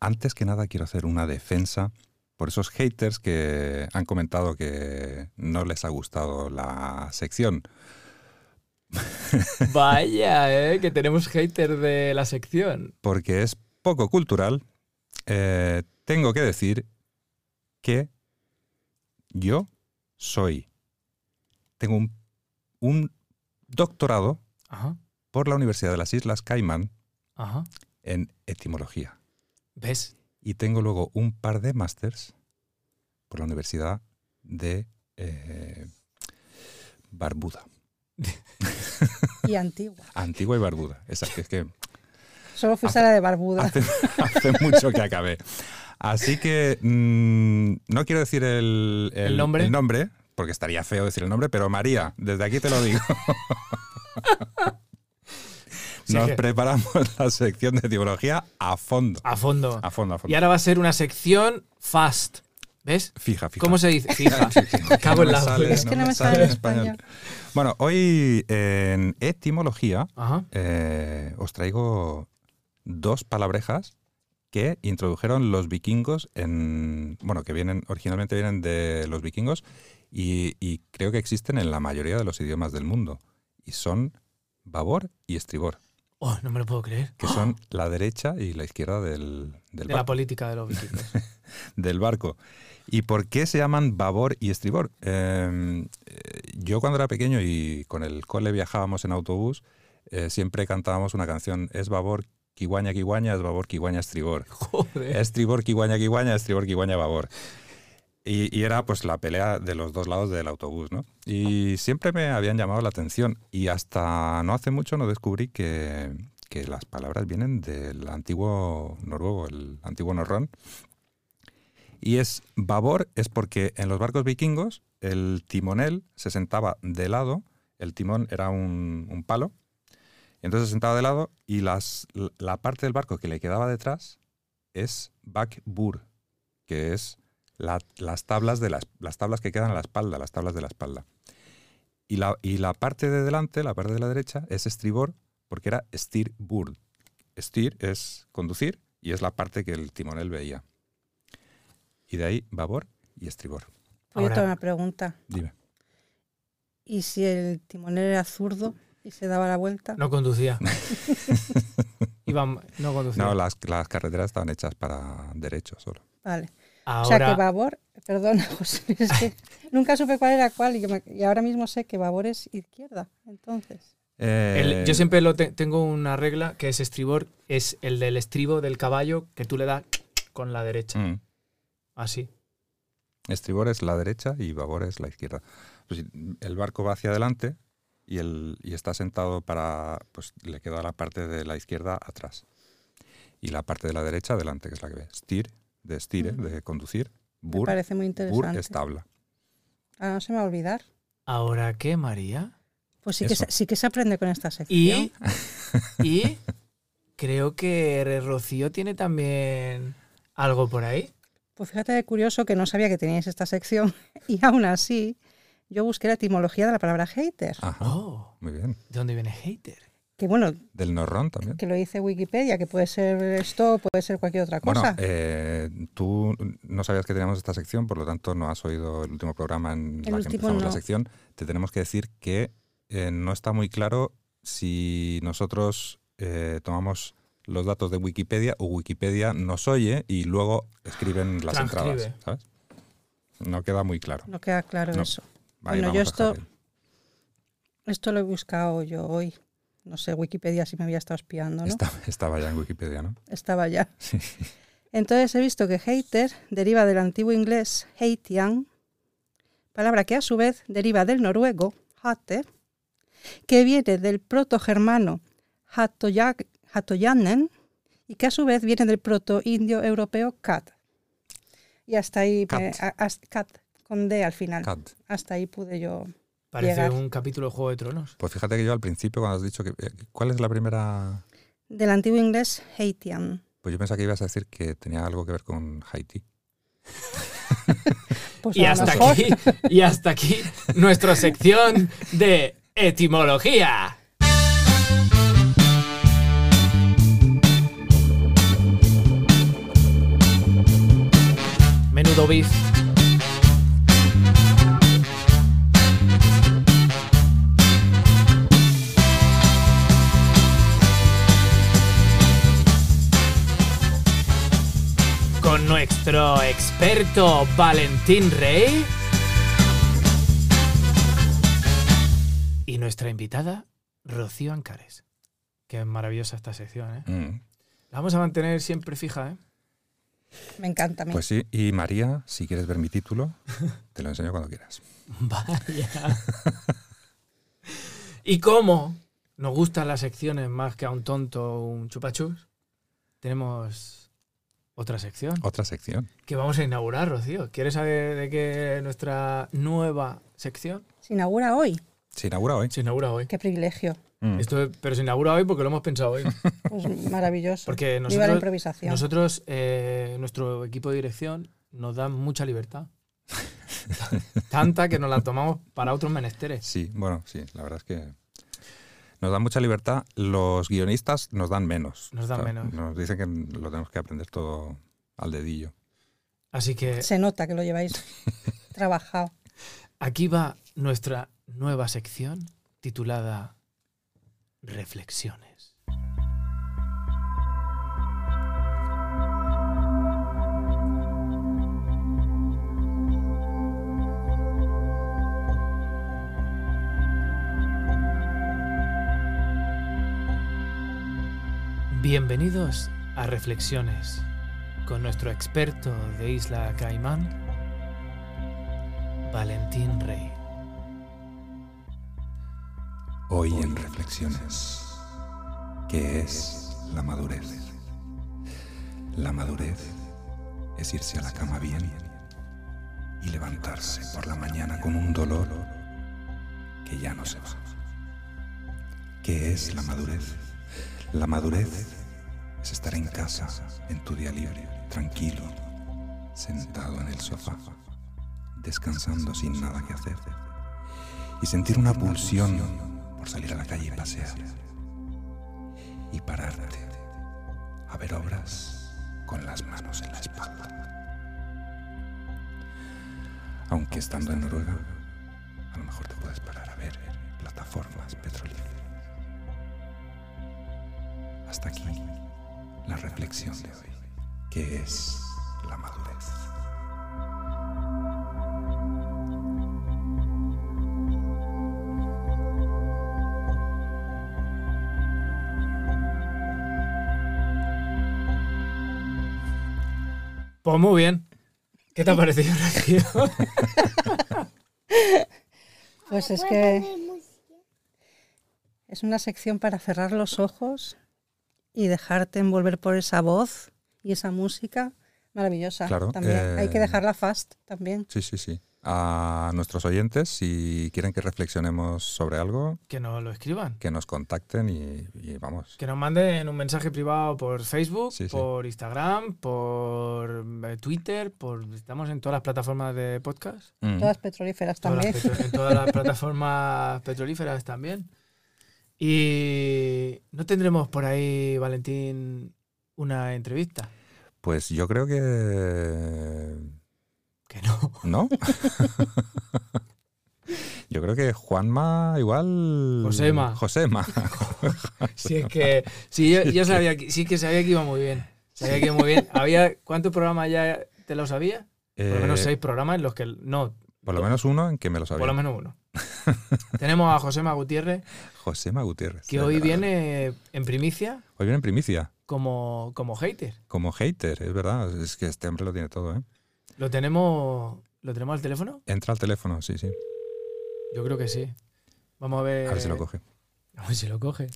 Speaker 3: Antes que nada quiero hacer una defensa por esos haters que han comentado que no les ha gustado la sección.
Speaker 2: Vaya, ¿eh? que tenemos hater de la sección.
Speaker 3: Porque es poco cultural. Eh, tengo que decir que yo soy. Tengo un, un doctorado
Speaker 2: Ajá,
Speaker 3: por la Universidad de las Islas Caimán
Speaker 2: ajá.
Speaker 3: en etimología.
Speaker 2: ¿Ves?
Speaker 3: y tengo luego un par de másters por la Universidad de eh, Barbuda.
Speaker 4: Y antigua.
Speaker 3: Antigua y Barbuda. Esa que es que
Speaker 4: Solo fui
Speaker 3: Hace-
Speaker 4: a la de Barbuda.
Speaker 3: hace, hace mucho que acabé. Así que mm, no quiero decir el,
Speaker 2: ¿El nombre?
Speaker 3: porque estaría feo decir el nombre, pero María, desde aquí te lo digo.
Speaker 2: Sí,
Speaker 3: Nos
Speaker 2: que-
Speaker 3: preparamos la sección de etimología a fondo.
Speaker 2: A fondo.
Speaker 3: A fondo, a fondo.
Speaker 2: Y ahora va a ser una sección fast. ¿Ves?
Speaker 3: Fija, fija.
Speaker 2: ¿Cómo se dice? Fija. Cago
Speaker 3: No
Speaker 2: en
Speaker 3: me
Speaker 2: la
Speaker 3: sale,
Speaker 4: Es que no me sale en
Speaker 3: Bueno, hoy en etimología
Speaker 2: Ajá.
Speaker 3: eh, os traigo dos palabrejas que introdujeron los vikingos en. Bueno, que vienen, originalmente vienen de los vikingos y, y creo que existen en la mayoría de los idiomas del mundo. Y son babor y estribor,
Speaker 2: Oh, no me lo puedo creer.
Speaker 3: que son la derecha y la izquierda del, del
Speaker 2: ¡Ah! De la política de los vikingos.
Speaker 3: del barco. ¿Y por qué se llaman babor y estribor? Eh, eh, yo cuando era pequeño y con el cole viajábamos en autobús, eh, siempre cantábamos una canción, es babor, quiguaña, quiguaña, es babor, quiguaña, estribor.
Speaker 2: Joder.
Speaker 3: Estribor, quiguaña, quiguaña, estribor, quiguaña, babor. Y, y era pues la pelea de los dos lados del autobús, ¿no? Y siempre me habían llamado la atención y hasta no hace mucho no descubrí que, que las palabras vienen del antiguo noruego, el antiguo norrón. Y es babor, es porque en los barcos vikingos el timonel se sentaba de lado, el timón era un, un palo, entonces se sentaba de lado y las, la parte del barco que le quedaba detrás es backbur, que es la- las, tablas de las, las tablas que quedan a la espalda, las tablas de la espalda. Y la, y la parte de delante, la parte de la derecha, es estribor, porque era steerbur. Steer es conducir y es la parte que el timonel veía. Y de ahí babor y estribor.
Speaker 4: Oye,
Speaker 2: Ahora-
Speaker 4: tengo una pregunta.
Speaker 3: Dime.
Speaker 4: ¿Y si el timonel era zurdo y se daba la vuelta?
Speaker 2: No conducía. Iban, no conducía.
Speaker 3: No, las, las carreteras estaban hechas para derecho solo.
Speaker 4: Vale.
Speaker 2: Ahora,
Speaker 4: O sea que Babor, perdona, José, es que nunca supe cuál era cuál y, yo me- y ahora mismo sé que Babor es izquierda. Entonces,
Speaker 2: el-
Speaker 3: Eh,
Speaker 2: yo siempre lo te- tengo una regla que es estribor, es el del estribo del caballo que tú le das con la derecha.
Speaker 3: Mm.
Speaker 2: Así.
Speaker 3: Estribor es la derecha y babor es la izquierda. Pues, si el barco va hacia adelante y, el, y está sentado para. Pues le queda la parte de la izquierda atrás. Y la parte de la derecha adelante, que es la que ve. Steer, de steer, eh,
Speaker 4: Ujú.
Speaker 3: de conducir.
Speaker 4: me
Speaker 3: Bur,
Speaker 4: parece muy
Speaker 3: bur
Speaker 4: interesante.
Speaker 3: es tabla.
Speaker 4: Ah, no se me va a olvidar.
Speaker 2: ¿Ahora qué, María?
Speaker 4: Pues sí que,
Speaker 3: Eso.
Speaker 4: se, sí que se aprende con esta sección.
Speaker 2: Y, y creo que Rocío tiene también algo por ahí.
Speaker 4: Pues fíjate de curioso que no sabía que teníais esta sección y aún así yo busqué la etimología de la palabra hater.
Speaker 3: Ajá.
Speaker 2: Oh,
Speaker 3: Muy bien.
Speaker 2: ¿de dónde viene hater?
Speaker 4: Que bueno,
Speaker 3: Del norrón también.
Speaker 4: que lo dice Wikipedia, que puede ser esto, puede ser cualquier otra
Speaker 3: Bueno,
Speaker 4: cosa.
Speaker 3: eh, tú no sabías que teníamos esta sección, por lo tanto no has oído el último programa en
Speaker 4: El
Speaker 3: la que
Speaker 4: último
Speaker 3: empezamos la
Speaker 4: no.
Speaker 3: sección. Te tenemos que decir que eh, no está muy claro si nosotros eh, tomamos los datos de Wikipedia o Wikipedia nos oye y luego escriben las
Speaker 2: Transcribe.
Speaker 3: entradas, ¿sabes? No queda muy claro.
Speaker 4: no queda claro
Speaker 3: no.
Speaker 4: eso.
Speaker 3: Ahí
Speaker 4: Bueno,
Speaker 3: vamos
Speaker 4: yo
Speaker 3: a dejar
Speaker 4: esto-
Speaker 3: ahí.
Speaker 4: Esto lo he buscado yo hoy. No sé, Wikipedia si me había estado espiando, ¿no?
Speaker 3: Está- estaba ya en Wikipedia, ¿no?
Speaker 4: Estaba ya.
Speaker 3: Sí.
Speaker 4: Entonces he visto que hater deriva del antiguo inglés hatean, palabra que a su vez deriva del noruego hate, que viene del proto-germano hatoya- hatoyanen y que a su vez viene del proto-indio-europeo cat. Y hasta ahí, me-
Speaker 3: Cat.
Speaker 4: a- as- cat, con D al final.
Speaker 3: Cat.
Speaker 4: Hasta ahí pude yo.
Speaker 2: Parece
Speaker 4: Llegar.
Speaker 2: un capítulo de Juego de Tronos.
Speaker 3: Pues fíjate que yo al principio cuando has dicho que... eh, ¿Cuál es la primera...?
Speaker 4: Del antiguo inglés hatean.
Speaker 3: Pues yo pensaba que ibas a decir que tenía algo que ver con Haití.
Speaker 4: Pues
Speaker 2: Y
Speaker 4: a lo
Speaker 2: hasta
Speaker 4: mejor-
Speaker 2: aquí, y hasta aquí nuestra sección de etimología. Menudo beef. Con nuestro experto Valentín Rey. Y nuestra invitada, Rocío Ancares. Que es maravillosa esta sección, ¿eh?
Speaker 3: Mm.
Speaker 2: La vamos a mantener siempre fija, ¿eh?
Speaker 4: Me encanta a mí.
Speaker 3: Pues sí, y María, si quieres ver mi título, te lo enseño cuando quieras.
Speaker 2: Vaya. y como nos gustan las secciones más que a un tonto o un chupachus, tenemos otra sección
Speaker 3: Otra sección.
Speaker 2: que vamos a inaugurar, Rocío. ¿Quieres saber de qué nuestra nueva sección?
Speaker 4: Se inaugura hoy.
Speaker 3: Se inaugura hoy.
Speaker 2: Se inaugura hoy.
Speaker 4: Qué privilegio.
Speaker 3: Mm.
Speaker 2: Esto, es- pero se inaugura hoy porque lo hemos pensado hoy.
Speaker 4: Pues maravilloso.
Speaker 2: Porque
Speaker 4: Viva la
Speaker 2: nosotros,
Speaker 4: improvisación.
Speaker 2: nosotros eh, nuestro equipo de dirección, nos da mucha libertad. Tanta que nos la tomamos para otros menesteres.
Speaker 3: Sí, bueno, sí, la verdad es que nos dan mucha libertad. Los guionistas nos dan menos.
Speaker 2: Nos dan menos.
Speaker 3: Nos dicen que lo tenemos que aprender todo al dedillo.
Speaker 2: Así que
Speaker 4: Se nota que lo lleváis trabajado.
Speaker 2: Aquí va nuestra nueva sección titulada Reflexiones. Bienvenidos a Reflexiones con nuestro experto de Isla Caimán, Valentín Rey.
Speaker 1: Hoy en reflexiones, ¿qué es la madurez? La madurez es irse a la cama bien y levantarse por la mañana con un dolor que ya no se va. ¿Qué es la madurez? La madurez es estar en casa, en tu día libre, tranquilo, sentado en el sofá, descansando sin nada que hacer y sentir una pulsión por salir a la calle y pasear y pararte a ver obras con las manos en la espalda. Aunque estando en Noruega, a lo mejor te puedes parar a ver plataformas petrolíferas. Hasta aquí la reflexión de hoy, que es la madurez.
Speaker 2: Pues muy bien. ¿Qué te ha parecido, Rocío?
Speaker 4: Pues es que es una sección para cerrar los ojos y dejarte envolver por esa voz y esa música maravillosa.
Speaker 3: Claro,
Speaker 4: también.
Speaker 3: eh,
Speaker 4: Hay que dejarla fast también.
Speaker 3: Sí, sí, sí. A nuestros oyentes, si quieren que reflexionemos sobre algo,
Speaker 2: que nos lo escriban.
Speaker 3: que nos contacten y, y vamos.
Speaker 2: Que nos manden un mensaje privado por Facebook,
Speaker 3: Sí, sí.
Speaker 2: por Instagram, por eh, Twitter, por estamos en todas las plataformas de podcast.
Speaker 3: Mm.
Speaker 4: Todas petrolíferas
Speaker 2: Todas
Speaker 4: también.
Speaker 2: las petro- en todas las plataformas petrolíferas también. Y no tendremos por ahí, Valentín, una entrevista.
Speaker 3: Pues yo creo que...
Speaker 2: Que no.
Speaker 3: ¿No? yo creo que Juanma igual...
Speaker 2: Josema.
Speaker 3: Josema.
Speaker 2: Si es que. Si yo, yo sabía que, sí que sabía que iba muy bien. Sabía que iba muy bien. Había. ¿Cuántos programas ya te lo sabía? Por lo menos
Speaker 3: Eh,
Speaker 2: seis programas en los que. No,
Speaker 3: por lo menos uno en que me lo sabía.
Speaker 2: por lo menos uno. Tenemos a Josema Gutiérrez,
Speaker 3: Josema Gutiérrez.
Speaker 2: que
Speaker 3: de
Speaker 2: hoy
Speaker 3: verdad.
Speaker 2: viene en primicia
Speaker 3: Hoy viene en primicia,
Speaker 2: como, como hater.
Speaker 3: como hater, es verdad. Es que este hombre lo tiene todo, ¿eh?
Speaker 2: ¿Lo tenemos, ¿Lo tenemos al teléfono?
Speaker 3: Entra al teléfono, sí, sí.
Speaker 2: Yo creo que sí. Vamos a ver.
Speaker 3: A ver si lo coge.
Speaker 2: A ver si lo coge.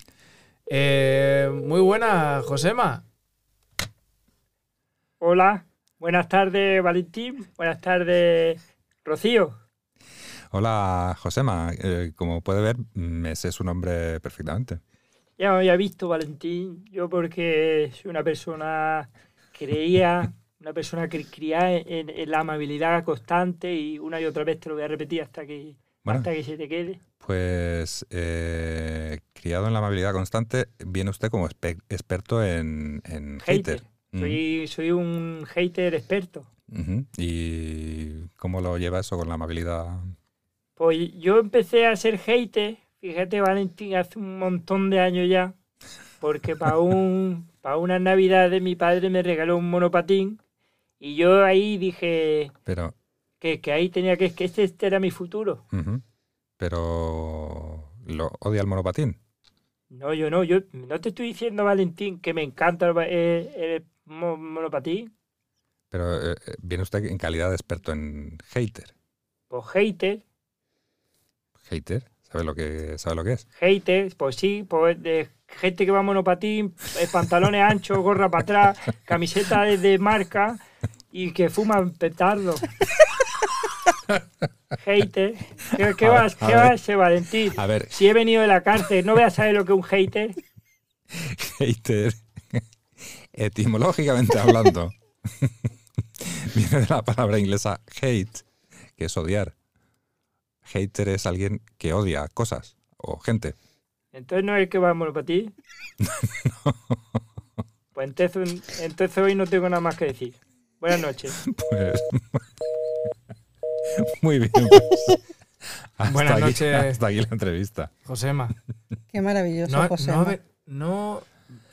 Speaker 2: Eh, muy buena, Josema.
Speaker 5: Hola, buenas tardes Valentín, buenas tardes Rocío.
Speaker 3: Hola, Josema. Eh, como puede ver, me sé su nombre perfectamente.
Speaker 5: Ya me había visto Valentín, yo porque soy una persona creía, una persona que criada en, en la amabilidad constante y una y otra vez te lo voy a repetir hasta que,
Speaker 3: Bueno.
Speaker 5: hasta que se te quede.
Speaker 3: Pues, eh, criado en la amabilidad constante, viene usted como espe- experto en, en hater.
Speaker 5: Hater. Soy, soy un hater experto.
Speaker 3: Mm, ujú. ¿Y cómo lo lleva eso con la amabilidad?
Speaker 5: Pues yo empecé a ser hater, fíjate Valentín, hace un montón de años ya, porque para un, pa unas navidades mi padre me regaló un monopatín y yo ahí dije
Speaker 3: Pero,
Speaker 5: que, que ahí tenía que, que este, este era mi futuro.
Speaker 3: ujú. pero lo odia el monopatín.
Speaker 5: No, yo no, yo no te estoy diciendo Valentín que me encanta el, ba- el- el mo- monopatín,
Speaker 3: Pero eh, eh, viene usted en calidad de experto en hater.
Speaker 5: pues hater,
Speaker 3: Hater, ¿sabe lo que, sabe lo que es?
Speaker 5: haters, pues sí, pues de gente que va monopatín, eh, pantalones anchos, gorra para atrás, camiseta de, de marca y que fuman petardo. Hater. ¿Qué, qué
Speaker 3: A ver,
Speaker 5: vas,
Speaker 3: a
Speaker 5: qué
Speaker 3: ver.
Speaker 5: vas, eh, Valentín?
Speaker 3: A ver,
Speaker 5: Si he venido de la cárcel, ¿no voy a saber lo que es un hater?
Speaker 3: hater, etimológicamente hablando, viene de la palabra inglesa hate, que es odiar. Hater es alguien que odia cosas o gente.
Speaker 5: Entonces no es el que va en monopatín. Pues entonces, entonces hoy no tengo nada más que decir. Buenas noches.
Speaker 3: Pues, muy bien. pues. Hasta
Speaker 2: Buenas
Speaker 3: aquí-
Speaker 2: noches.
Speaker 3: Hasta aquí la entrevista.
Speaker 2: Josema.
Speaker 4: Qué maravilloso,
Speaker 2: No,
Speaker 4: pues José.
Speaker 2: no, a ver, no-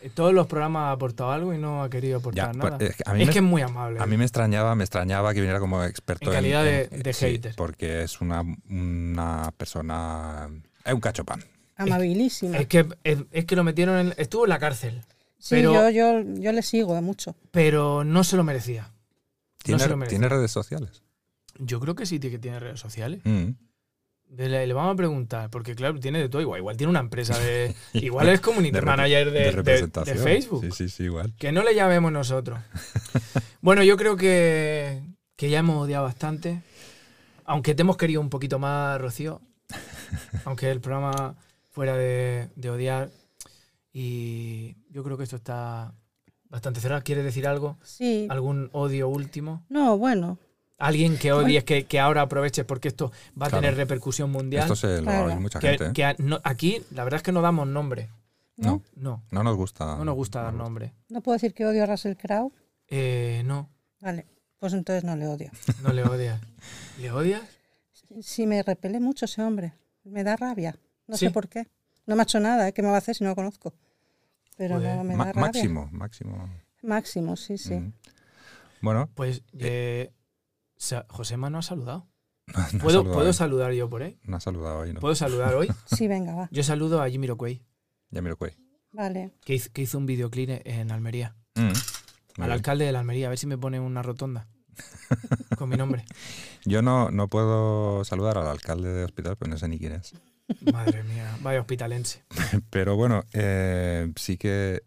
Speaker 2: eh, todos los programas ha aportado algo y no ha querido aportar
Speaker 3: Ya,
Speaker 2: nada.
Speaker 3: pues, es que a mí
Speaker 2: es
Speaker 3: me-
Speaker 2: que es muy amable.
Speaker 3: A mí me extrañaba, me extrañaba que viniera como experto eh,
Speaker 2: En calidad de- de
Speaker 3: sí,
Speaker 2: hater.
Speaker 3: porque es una, una persona. Es un cachopán.
Speaker 4: Amabilísima.
Speaker 2: Es que, es, es que lo metieron en. Estuvo en la cárcel,
Speaker 4: sí,
Speaker 2: pero-
Speaker 4: yo, yo, yo le sigo mucho.
Speaker 2: pero no se lo merecía. No
Speaker 3: Tiene,
Speaker 2: se lo merece.
Speaker 3: tiene redes sociales.
Speaker 2: Yo creo que sí que tiene redes sociales.
Speaker 3: Mm.
Speaker 2: De la- le vamos a preguntar, porque claro, tiene de todo. Igual, igual tiene una empresa de. Igual es community
Speaker 3: De repre-
Speaker 2: manager de, de- de
Speaker 3: representación.
Speaker 2: Facebook.
Speaker 3: Sí, sí, sí, igual.
Speaker 2: Que no le llamemos nosotros. bueno, yo creo que, que ya hemos odiado bastante. Aunque te hemos querido un poquito más, Rocío. Aunque el programa fuera de, de odiar. Y yo creo que esto está bastante cerrado. ¿Quieres decir algo?
Speaker 4: Sí.
Speaker 2: ¿Algún odio último?
Speaker 4: No, bueno,
Speaker 2: ¿Alguien que odies que, que ahora aproveches porque esto va a
Speaker 3: Claro.
Speaker 2: tener repercusión mundial?
Speaker 3: Esto se lo va a
Speaker 4: Claro.
Speaker 3: oír mucha
Speaker 2: que,
Speaker 3: gente. ¿eh?
Speaker 2: que a- no- aquí la verdad es que no damos nombre.
Speaker 3: No,
Speaker 2: No,
Speaker 3: no nos gusta.
Speaker 2: no nos gusta dar nombre.
Speaker 4: no puedo decir que odio a Russell Crowe.
Speaker 2: Eh, no,
Speaker 4: Vale, pues entonces no le odio.
Speaker 2: no le odias. ¿Le odias?
Speaker 4: Sí, me repele mucho ese hombre. Me da rabia. No
Speaker 2: Sí.
Speaker 4: sé por qué. No me ha hecho nada, ¿eh? ¿qué me va a hacer si no lo conozco? Pero
Speaker 2: Joder.
Speaker 4: no me
Speaker 3: Ma-
Speaker 4: da rabia.
Speaker 3: máximo, máximo.
Speaker 4: Máximo, sí, sí.
Speaker 3: Mm. Bueno,
Speaker 2: Pues eh, sa- Josema no ha saludado.
Speaker 3: no ha
Speaker 2: ¿Puedo,
Speaker 3: saludado
Speaker 2: ¿puedo
Speaker 3: hoy.
Speaker 2: saludar yo por ahí?
Speaker 3: No ha saludado hoy, ¿no?
Speaker 2: ¿Puedo saludar hoy?
Speaker 4: Sí, venga, va.
Speaker 2: Yo saludo a Jimmy Roquey,
Speaker 3: Ya me lo cuello.
Speaker 4: Vale.
Speaker 2: que hizo, que hizo un videoclip en Almería.
Speaker 3: Mm.
Speaker 2: al alcalde de la Almería, a ver si me pone una rotonda con mi nombre.
Speaker 3: Yo no, no puedo saludar al alcalde de hospital, pues no sé ni quién es.
Speaker 2: Madre mía, vaya hospitalense.
Speaker 3: Pero bueno, eh, sí que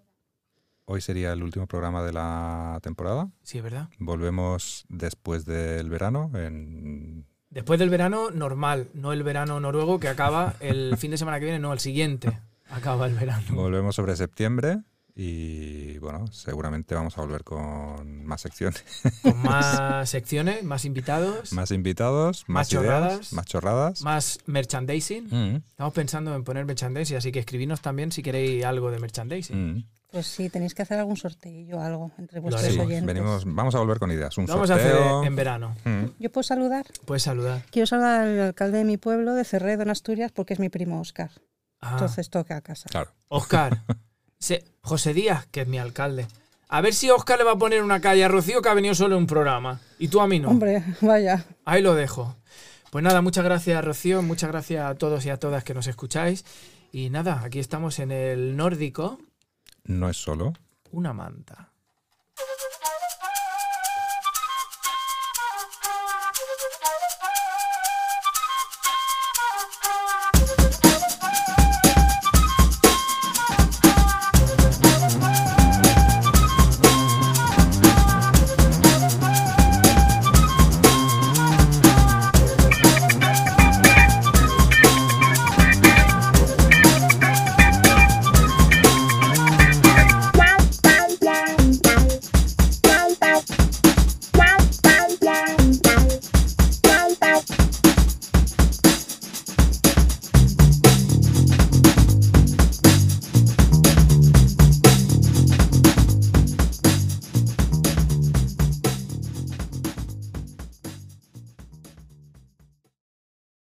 Speaker 3: hoy sería el último programa de la temporada.
Speaker 2: Sí, es verdad.
Speaker 3: Volvemos después del verano. En...
Speaker 2: Después del verano normal, no el verano noruego que acaba el fin de semana que viene, no, el siguiente acaba el verano.
Speaker 3: Volvemos sobre septiembre. Y bueno, seguramente vamos a volver con más secciones,
Speaker 2: Con más secciones, más invitados, más,
Speaker 3: más invitados, más,
Speaker 2: Más
Speaker 3: ideas,
Speaker 2: chorradas.
Speaker 3: más chorradas.
Speaker 2: merchandising.
Speaker 3: Mm,
Speaker 2: Estamos pensando en poner merchandising, así que escribidnos también si queréis algo de merchandising.
Speaker 3: mm.
Speaker 4: Pues sí, tenéis que hacer algún sorteo o algo entre vuestros
Speaker 3: Sí,
Speaker 2: haremos.
Speaker 4: oyentes.
Speaker 3: venimos, vamos a volver con ideas. Un
Speaker 2: Lo vamos a hacer
Speaker 3: sorteo.
Speaker 2: en verano.
Speaker 3: Mm.
Speaker 4: Yo puedo saludar.
Speaker 2: Puedes saludar.
Speaker 4: Quiero saludar al alcalde de mi pueblo, de Cerredo, en Asturias, porque es mi primo Oscar.
Speaker 2: Ah,
Speaker 4: Entonces toca a casa.
Speaker 3: Claro.
Speaker 2: Oscar, se- José Díaz, que es mi alcalde. A ver si Oscar le va a poner una calle a Rocío que ha venido solo en un programa. Y tú a mí no.
Speaker 4: Hombre, vaya.
Speaker 2: Ahí lo dejo. Pues nada, muchas gracias Rocío, muchas gracias a todos y a todas que nos escucháis. Y nada, aquí estamos en el nórdico,
Speaker 3: No es solo.
Speaker 2: una manta.